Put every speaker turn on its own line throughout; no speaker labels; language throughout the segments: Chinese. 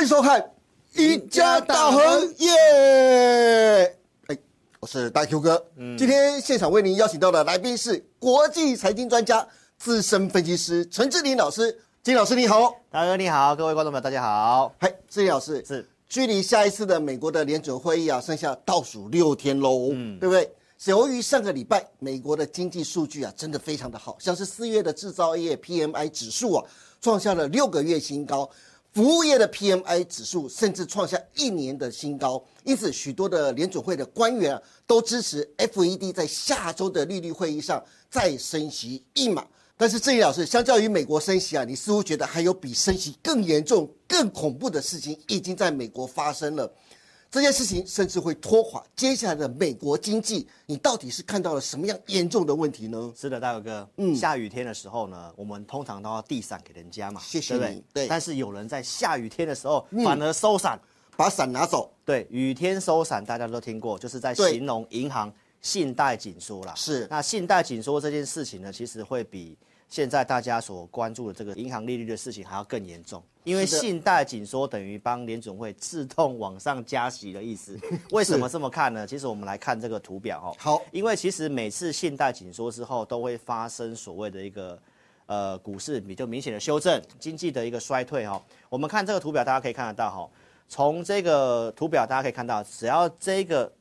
迎收看《一家大亨》耶！哎，我是大 Q 哥，今天现场为您邀请到的来宾是国际财经专家、资深分析师陈志林老师。金老师你好，
大哥你好，各位观众朋友大家好。
嗨，志林老师
是
距离下一次的美国的联准会议啊，剩下倒数六天喽，对不对？由于上个礼拜美国的经济数据啊，真的非常的好，像是四月的制造业 PMI 指数啊，创下了六个月新高，服务业的 PMI 指数甚至创下一年的新高，因此许多的联准会的官员啊，都支持 FED 在下周的利率会议上再升息一码。但是郑毅老师，相较于美国升息啊，你似乎觉得还有比升息更严重、更恐怖的事情已经在美国发生了。这件事情甚至会拖垮接下来的美国经济。你到底是看到了什么样严重的问题呢？
是的，大哥哥，嗯，下雨天的时候呢，我们通常都要递伞给人家嘛，
谢谢
对不对
你对嗯
但是有人在下雨天的时候反而收伞，
把伞拿走，
对，雨天收伞大家都听过，就是在
对
形容银行信贷紧缩啦。
是
那信贷紧缩这件事情呢，其实会比现在大家所关注的这个银行利率的事情还要更严重，因为
是的
信贷紧缩等于帮联准会自动往上加息的意思。为什么这么看呢？其实我们来看这个图表哦。
好
因为其实每次信贷紧缩之后，都会发生所谓的一个。呃，股市比较明显的修正，经济的一个衰退哈、哦。我们看这个图表，大家可以看得到哈、哦，从这个图表大家可以看到，只要这个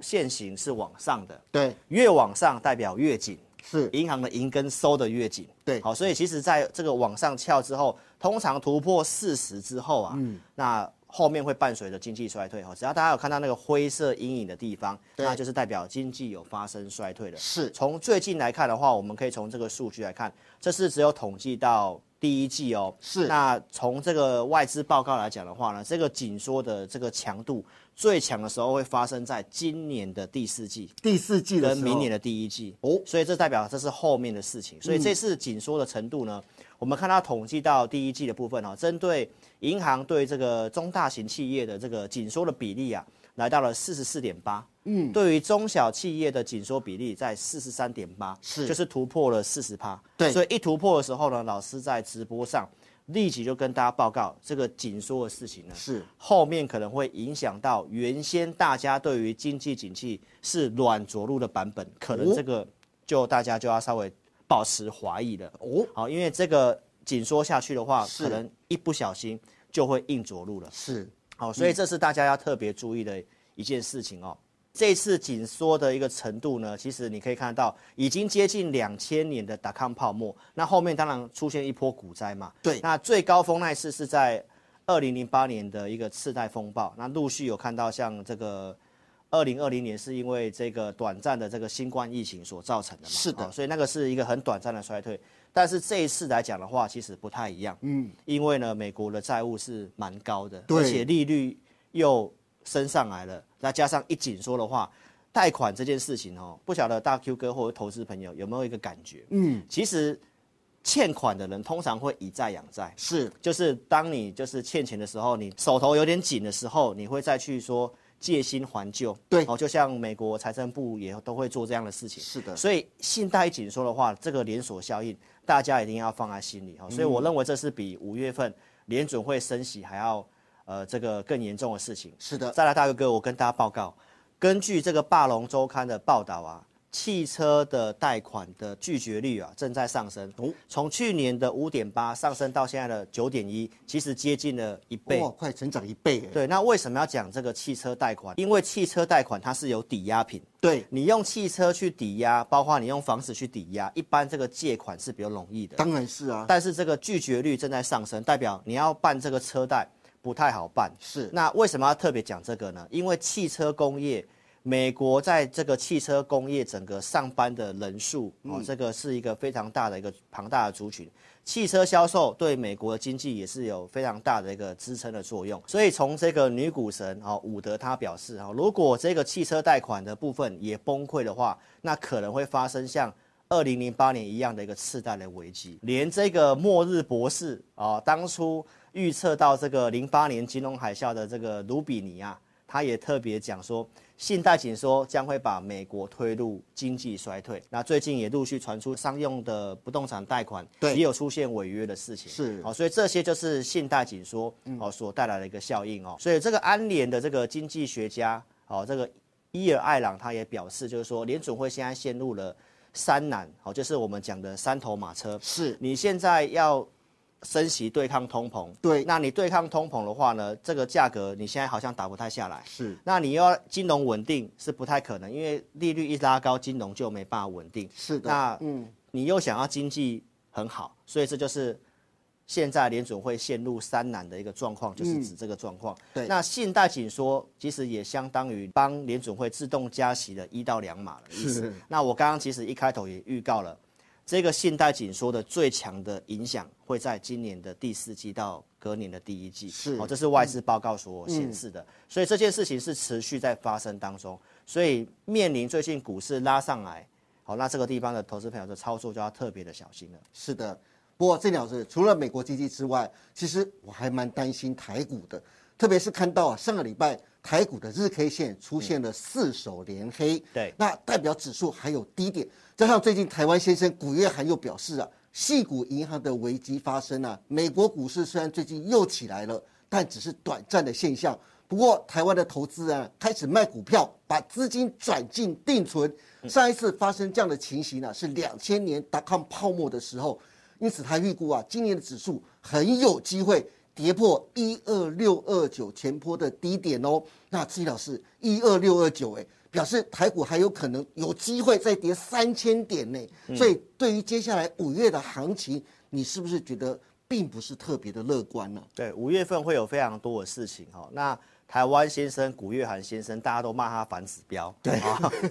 线型是往上的，
对，
越往上代表越紧，
是
银行的银根收的越紧。
对
好，所以其实在这个往上翘之后，通常突破四十之后啊，
嗯
那后面会伴随着经济衰退哈。只要大家有看到那个灰色阴影的地方，
对
那就是代表经济有发生衰退了。
是
从最近来看的话，我们可以从这个数据来看，这是只有统计到第一季哦。
是
那从这个外资报告来讲的话呢，这个紧缩的这个强度最强的时候会发生在今年的第四季。
第四季的
跟
时候
明年的第一季
哦嗯
哦，所以这代表这是后面的事情。所以这次紧缩的程度呢，我们看它统计到第一季的部分哦，针对银行对这个中大型企业的这个紧缩的比例啊，来到了四十四点八。嗯，对于中小企业的紧缩比例在四十三点八，
是
就是突破了四十趴。
对
所以一突破的时候呢，老师在直播上立即就跟大家报告这个紧缩的事情呢，
是
后面可能会影响到原先大家对于经济景气是软着陆的版本，可能这个就大家就要稍微保持怀疑了。
哦，
好，因为这个紧缩下去的话，
是
可能一不小心就会硬着陆了。
是
好，所以这是大家要特别注意的一件事情哦。这次紧缩的一个程度呢，其实你可以看到，已经接近两千年的达康泡沫。那后面当然出现一波股灾嘛。
对
那最高峰那一次是在二零零八年的一个次贷风暴。那陆续有看到像这个二零二零年是因为这个短暂的这个新冠疫情所造成的嘛，
是的
哦所以那个是一个很短暂的衰退。但是这一次来讲的话，其实不太一样，嗯，因为呢，美国的债务是蛮高的，
对
而且利率又升上来了，再加上一紧缩的话，贷款这件事情哦，不晓得大 Q 哥或者投资朋友有没有一个感觉，嗯，其实欠款的人通常会以债养债，
是
就是当你就是欠钱的时候，你手头有点紧的时候，你会再去说借新还旧。
对
哦，就像美国财政部也都会做这样的事情。
是的
所以信贷紧缩的话，这个连锁效应大家一定要放在心里哈、哦。所以我认为这是比五月份联准会升息还要呃这个更严重的事情。
是的，
再来，大哥哥，我跟大家报告，根据这个《霸龙周刊》的报道啊，汽车的贷款的拒绝率啊正在上升，
哦
从去年的五点八上升到现在的九点一，其实接近了一倍
哇，。快成长一倍耶，
对，那为什么要讲这个汽车贷款？因为汽车贷款它是有抵押品，
对，
你用汽车去抵押，包括你用房子去抵押，一般这个借款是比较容易的。
当然是啊，
但是这个拒绝率正在上升，代表你要办这个车贷不太好办。
是
那为什么要特别讲这个呢？因为汽车工业，美国在这个汽车工业整个上班的人数哦，这个是一个非常大的一个庞大的族群。汽车销售对美国经济也是有非常大的一个支撑的作用。所以从这个女股神哦伍德她表示哦，如果这个汽车贷款的部分也崩溃的话，那可能会发生像。二零零八年一样的一个次贷的危机，连这个末日博士啊、当初预测到这个零八年金融海啸的这个卢比尼啊，他也特别讲说，信贷紧缩将会把美国推入经济衰退。那最近也陆续传出商用的不动产贷款
对
也有出现违约的事情，哦
是嗯
好、所以这些就是信贷紧缩哦所带来的一个效应哦。所以这个安联的这个经济学家哦，这个伊尔艾朗他也表示，就是说联准会现在陷入了三难，好、就是我们讲的三头马车，
是
你现在要升息对抗通膨，
对
那你对抗通膨的话呢，这个价格你现在好像打不太下来，
是
那你又要金融稳定是不太可能，因为利率一拉高，金融就没办法稳定。
是的，
那
嗯
你又想要经济很好，所以这就是现在联准会陷入三难的一个状况，就是指这个状况。
嗯对
那信贷紧缩其实也相当于帮联准会自动加息的一到两码的意思
是。
那我刚刚其实一开头也预告了，这个信贷紧缩的最强的影响会在今年的第四季到隔年的第一季。
是嗯
哦，这是外资报告所显示的，所以这件事情是持续在发生当中，所以面临最近股市拉上来。好，那这个地方的投资朋友的操作就要特别的小心了。
是的。不过这两是除了美国经济之外，其实我还蛮担心台股的，特别是看到啊上个礼拜台股的日 K 线出现了四手连黑，
对
那代表指数还有低点，加上最近台湾先生古月涵又表示啊，系股银行的危机发生啊，美国股市虽然最近又起来了，但只是短暂的现象。不过台湾的投资人啊开始卖股票，把资金转进定存。上一次发生这样的情形呢、是两千年达康泡沫的时候，因此他预估啊，今年的指数很有机会跌破一二六二九前坡的低点哦。那志毅老师，一二六二九，哎，表示台股还有可能有机会再跌三千点呢。
嗯
所以对于接下来五月的行情，你是不是觉得并不是特别的乐观呢、
对，五月份会有非常多的事情哈、哦。那台湾先生古月涵先生，大家都骂他反指标，对、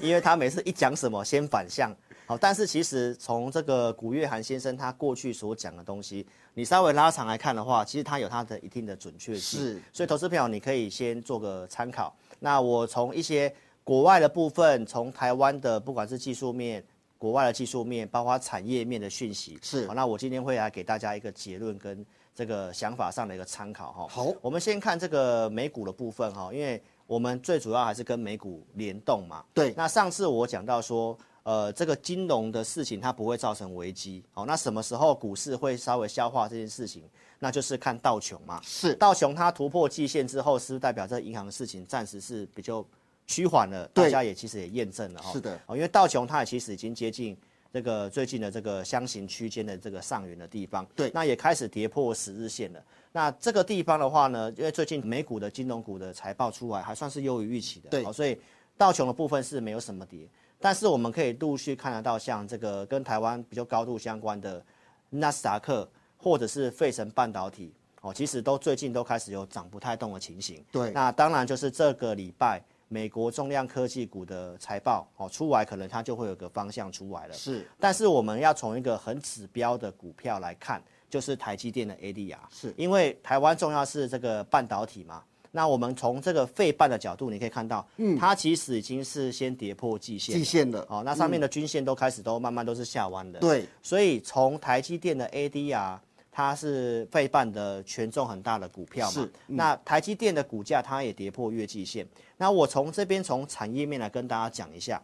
因为他每次一讲什么先反向。好，但是其实从这个古月涵先生他过去所讲的东西，你稍微拉长来看的话，其实他有他的一定的准确性。
是，
所以投资朋友你可以先做个参考。那我从一些国外的部分，从台湾的不管是技术面、国外的技术面，包括产业面的讯息，
是
好那我今天会来给大家一个结论跟这个想法上的一个参考哈。
好
我们先看这个美股的部分哈，因为我们最主要还是跟美股联动嘛。
对
那上次我讲到说，呃，这个金融的事情它不会造成危机，好，那什么时候股市会稍微消化这件事情？那就是看道琼嘛。
是
道琼它突破季线之后，是不是代表这银行的事情暂时是比较趋缓了？
对
大家也其实也验证了哈。
是的
哦，因为道琼它也其实已经接近这个最近的这个箱型区间的这个上缘的地方，
对
那也开始跌破十日线了。那这个地方的话呢，因为最近美股的金融股的财报出来还算是优于预期的，
对
哦所以道琼的部分是没有什么跌，但是我们可以陆续看得到，像这个跟台湾比较高度相关的纳斯达克或者是费城半导体，哦，其实都最近都开始有涨不太动的情形。
对
那当然就是这个礼拜美国重量科技股的财报哦出来，可能它就会有个方向出来了。
是
但是我们要从一个很指标的股票来看，就是台积电的 ADR，
是
因为台湾重要是这个半导体嘛。那我们从这个费半的角度，你可以看到，嗯，它其实已经是先跌破季线了，
季线了
哦，那上面的均线都开始都慢慢都是下弯的，
对，
所以从台积电的 ADR，它是费半的权重很大的股票嘛
是，
那台积电的股价它也跌破月季线。那我从这边从产业面来跟大家讲一下，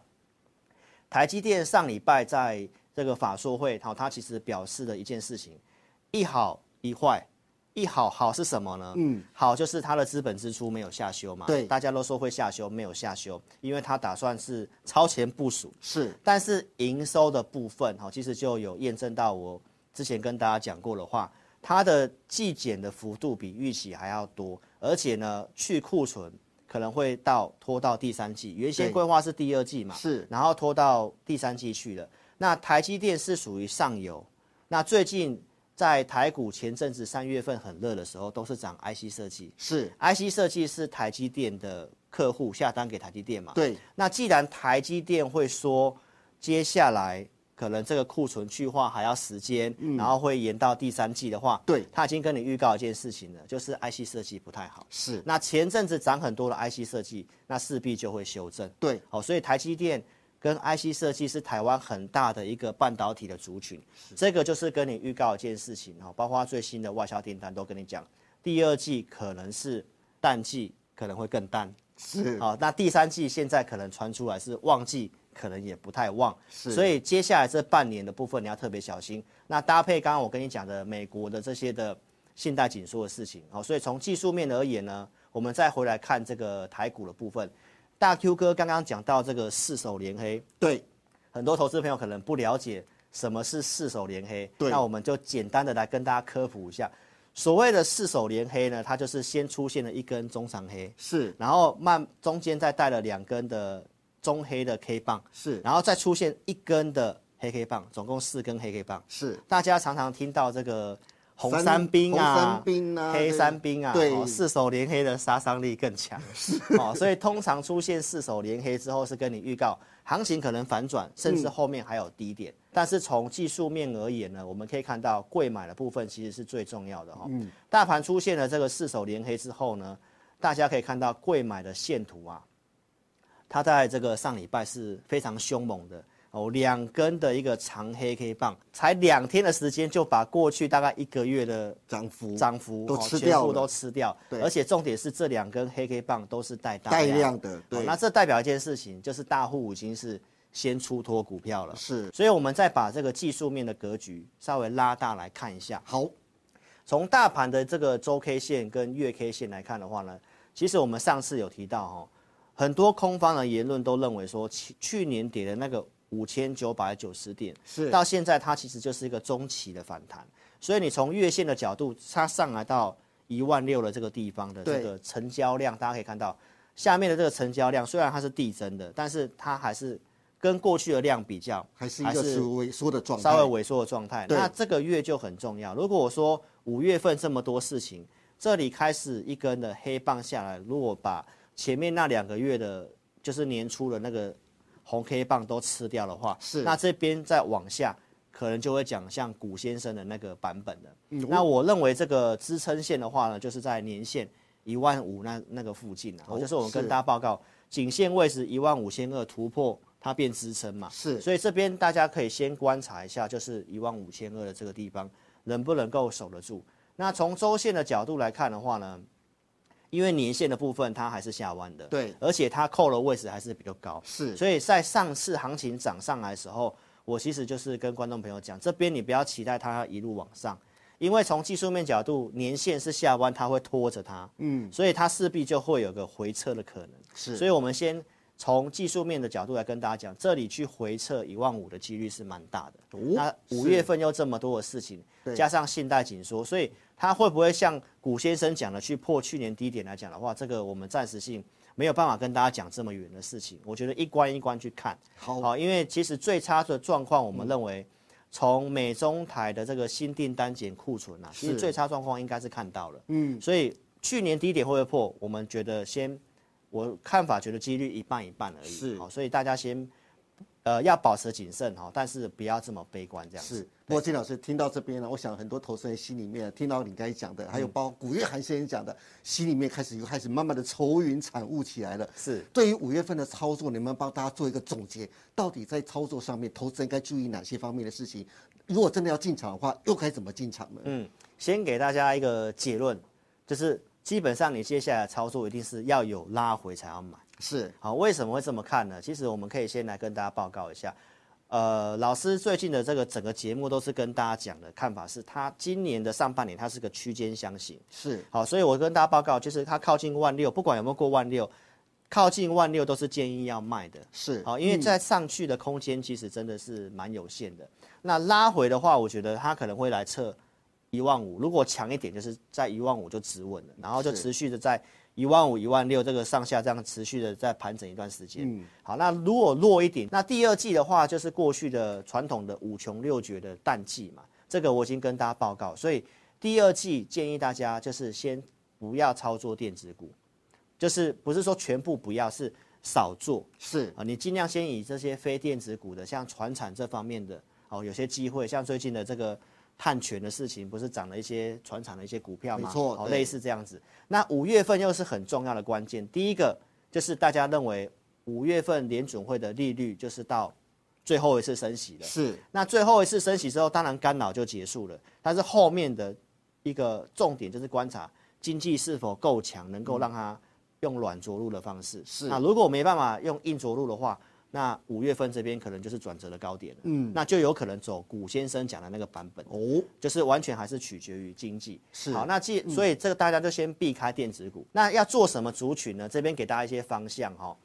台积电上礼拜在这个法说会，好，它其实表示了一件事情，一好一坏。一好好是什么呢？嗯，好就是它的资本支出没有下修嘛，
对
大家都说会下修，没有下修，因为它打算是超前部署，
是
但是营收的部分哈，其实就有验证到我之前跟大家讲过的话，它的季减的幅度比预期还要多，而且呢，去库存可能会到拖到第三季，原先
对
规划是第二季嘛，
是
然后拖到第三季去了。那台积电是属于上游，那最近在台股前阵子三月份很热的时候，都是涨 IC 设计
是，
，IC 设计是台积电的客户下单给台积电嘛，
对
那既然台积电会说，接下来可能这个库存去化还要时间，然后会延到第三季的话，
对
他已经跟你预告一件事情了，就是 IC 设计不太好。
是，
那前阵子涨很多的 IC 设计，那势必就会修正。
对
好、所以台积电跟 IC 设计是台湾很大的一个半导体的族群，这个就是跟你预告一件事情哈、哦，包括最新的外销订单都跟你讲，第二季可能是淡季，可能会更淡。
是
好、那第三季现在可能传出来是旺季，可能也不太旺，
是
所以接下来这半年的部分你要特别小心。那搭配刚刚我跟你讲的美国的这些的信贷紧缩的事情，好、所以从技术面而言呢，我们再回来看这个台股的部分。大 Q 哥刚刚讲到这个四手连黑，
对，
很多投资朋友可能不了解什么是四手连黑，
对
那我们就简单的来跟大家科普一下。所谓的四手连黑呢，它就是先出现了一根中长黑，
是
然后慢中间再带了两根的中黑的 K 棒，
是
然后再出现一根的黑 K 棒，总共四根黑 K 棒。
是
大家常常听到这个红
三
三兵啊、
红三兵啊
黑三兵啊，
对
哦四手连黑的杀伤力更强。哦，所以通常出现四手连黑之后，是跟你预告行情可能反转，甚
嗯
至后面还有低点。但是从技术面而言呢，我们可以看到贵买的部分其实是最重要的哈、哦。
嗯
大盘出现了这个四手连黑之后呢，大家可以看到贵买的线图啊，它在这个上礼拜是非常凶猛的哦，两根的一个长黑 K 棒，才两天的时间就把过去大概一个月的
涨幅
涨幅
都
哦
吃
全
掉
部
了
都吃掉，而且重点是这两根黑 K 棒都是带大
带量的，
哦
对
那，这代表一件事情，就是大户已经是先出脱股票了，
是
所以我们再把这个技术面的格局稍微拉大来看一下。
好，
从大盘的这个周 K 线跟月 K 线来看的话呢，其实我们上次有提到哈、哦，很多空方的言论都认为说，去去年跌的那个五千九百九十点，
是
到现在它其实就是一个中期的反弹，所以你从月线的角度，它上来到一万六的这个地方的这
对
个成交量，大家可以看到下面的这个成交量虽然它是递增的，但是它还是跟过去的量比较，
还是一个属萎缩的状态，
稍微萎缩的状态。
对
那这个月就很重要。如果我说五月份这么多事情，这里开始一根的黑棒下来，如果把前面那两个月的，就是年初的那个红 K 棒都吃掉的话，
是
那这边再往下。可能就会讲像古先生的那
嗯
个版本的，那我认为这个支撑线的话呢，就是在年线一万五那那个附近啊，
哦
就是我们跟
是
大家报告，颈线位置一万五千二突破，它变支撑嘛，
是
所以这边大家可以先观察一下，就是一万五千二的这个地方能不能够守得住。那从周线的角度来看的话呢，因为年线的部分它还是下弯的，
对，
而且它扣的位置还是比较高，
是
所以在上次行情涨上来的时候，我其实就是跟观众朋友讲，这边你不要期待它一路往上，因为从技术面角度，年线是下弯，它会拖着它，嗯，所以它势必就会有个回撤的可能。
是
所以我们先从技术面的角度来跟大家讲，这里去回撤一万五的几率是蛮大
哦
的。那五月份又这么多的事情，加上信贷紧缩，所以它会不会像古先生讲的去破去年低点来讲的话，这个我们暂时性没有办法跟大家讲这么远的事情。我觉得一关一关去看，
好嗯
因为其实最差的状况，我们认为。从美中台的这个新订单减库存啊，其实
是
最差状况应该是看到了。嗯，所以去年低点会不会破？我们觉得先我看法觉得几率一半一半而已。
是
好，所以大家先呃要保持谨慎哈，但是不要这么悲观这样子。
是，不过金老师听到这边呢，我想很多投资人心里面听到你刚才讲的，还
嗯
有包括古月涵先生讲的，心里面开始又开始慢慢的愁云惨雾起来了。
是，
对于五月份的操作，能不能帮大家做一个总结？到底在操作上面，投资人该注意哪些方面的事情？如果真的要进场的话，又该怎么进场呢？
嗯，先给大家一个结论，就是基本上你接下来的操作一定是要有拉回才要买。
是
好，为什么会这么看呢？其实我们可以先来跟大家报告一下。呃，老师最近的这个整个节目都是跟大家讲的看法是，它今年的上半年它是个区间箱型，
是
好，所以我跟大家报告，就是它靠近万六，不管有没有过万六，靠近万六都是建议要卖的。
是，
好，因为在上去的空间其实真的是蛮有限的。那拉回的话，我觉得它可能会来测一万五，如果强一点，就是在一万五就止稳了，然后就持续的在一万五、一万六这个上下这样持续的在盘整一段时间。好，那如果弱一点，那第二季的话就是过去的传统的五穷六绝的淡季嘛，这个我已经跟大家报告，所以第二季建议大家就是先不要操作电子股，就是不是说全部不要，是少做。
是
啊，你尽量先以这些非电子股的，像船产这方面的，哦，有些机会，像最近的这个碳权的事情，不是涨了一些船产的一些股票吗？
没错
哦，
对
类似这样子。那五月份又是很重要的关键，第一个就是大家认为五月份联准会的利率就是到最后一次升息了。
是
那最后一次升息之后，当然干扰就结束了，但是后面的一个重点就是观察经济是否够强，能够让它用软着陆的方式。
是
那如果没办法用硬着陆的话，那五月份这边可能就是转折的高点了。嗯，那就有可能走古先生讲的那个版本，
哦，
就是完全还是取决于经济。
是嗯
好，那既所以这个大家就先避开电子股。那要做什么族群呢？这边给大家一些方向哈、哦。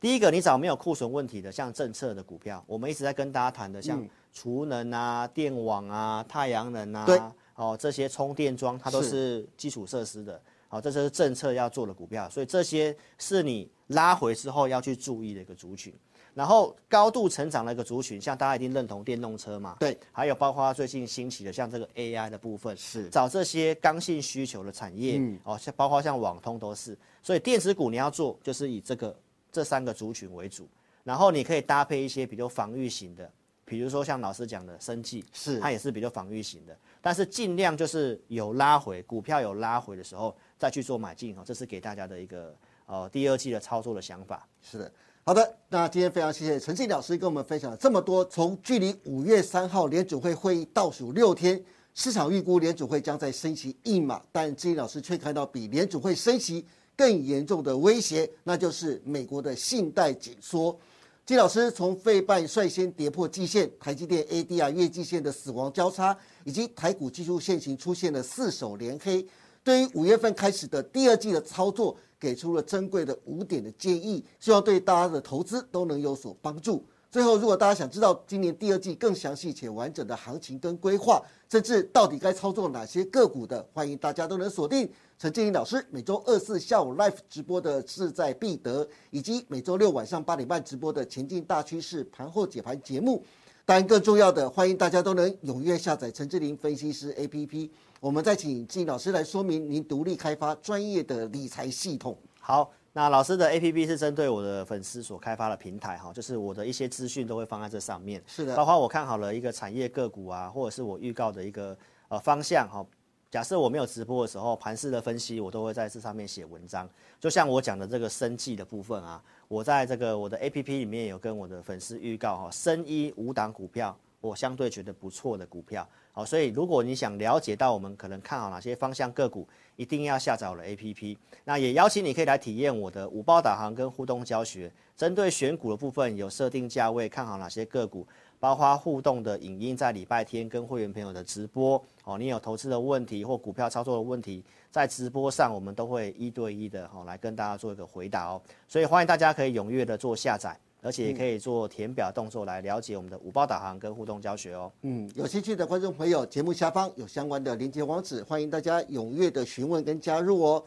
第一个，你找没有库存问题的，像政策的股票，我们一直在跟大家谈的，
嗯
像储能啊、电网啊、太阳能啊，
对
哦这些充电桩，它都
是
是基础设施的，好、这就是政策要做的股票，所以这些是你拉回之后要去注意的一个族群。然后高度成长的一个族群，像大家一定认同电动车嘛，
对，
还有包括最近兴起的像这个 AI 的部分，
是嗯
找这些刚性需求的产业，哦，像包括像网通都是，所以电子股你要做就是以这个这三个族群为主，然后你可以搭配一些比较防御型的，比如说像老师讲的生技，
是
它也是比较防御型的，但是尽量就是有拉回，股票有拉回的时候再去做买进哦，这是给大家的一个呃第二季的操作的想法。
是的，好的，那今天非常谢谢陈静老师跟我们分享了这么多，从距离五月三号联准会会议倒数六天，市场预估联准会将在升息一码，但金老师却看到比联准会升息更严重的威胁，那就是美国的信贷紧缩。金老师从费半率先跌破季线，台积电 ADR 月季线的死亡交叉，以及台股技术线型出现了四手连黑，对于五月份开始的第二季的操作，给出了珍贵的五点的建议，希望对大家的投资都能有所帮助。最后，如果大家想知道今年第二季更详细且完整的行情跟规划，甚至到底该操作哪些个股的，欢迎大家都能锁定陈建英老师每周二四下午 live 直播的志在必得，以及每周六晚上八点半直播的前进大趋势盘后解盘节目。当然，更重要的，欢迎大家都能踊跃下载陈志玲分析师 APP。我们再请季老师来说明您独立开发专业的理财系统。
好，那老师的 A P P 是针对我的粉丝所开发的平台哈，哦就是我的一些资讯都会放在这上面。
是的
包括我看好了一个产业个股啊，或者是我预告的一个呃方向哈。假设我没有直播的时候，盘势的分析我都会在这上面写文章。就像我讲的这个生计的部分啊，我在这个我的 A P P 里面有跟我的粉丝预告哈，生一五档股票，我相对觉得不错的股票。好，所以如果你想了解到我们可能看好哪些方向个股，一定要下载我的 A P P。那也邀请你可以来体验我的五包导航跟互动教学，针对选股的部分有设定价位，看好哪些个股，包括互动的影音，在礼拜天跟会员朋友的直播哦，你有投资的问题或股票操作的问题，在直播上我们都会一对一的哦来跟大家做一个回答哦，所以欢迎大家可以踊跃的做下载，而且也可以做填表动作来了解我们的五包导航跟互动教学哦。
嗯，有兴趣的观众朋友，节目下方有相关的连接网址，欢迎大家踊跃的询问跟加入哦。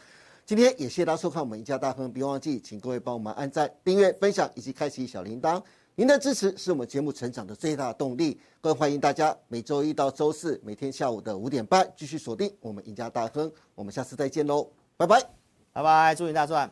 今天也谢谢大家收看我们赢家大亨，别忘记请各位帮我们按赞、订阅、分享以及开启小铃铛。您的支持是我们节目成长的最大动力，更欢迎大家每周一到周四每天下午的五点半继续锁定我们赢家大亨。我们下次再见喽，拜拜。
拜拜，祝你大赚！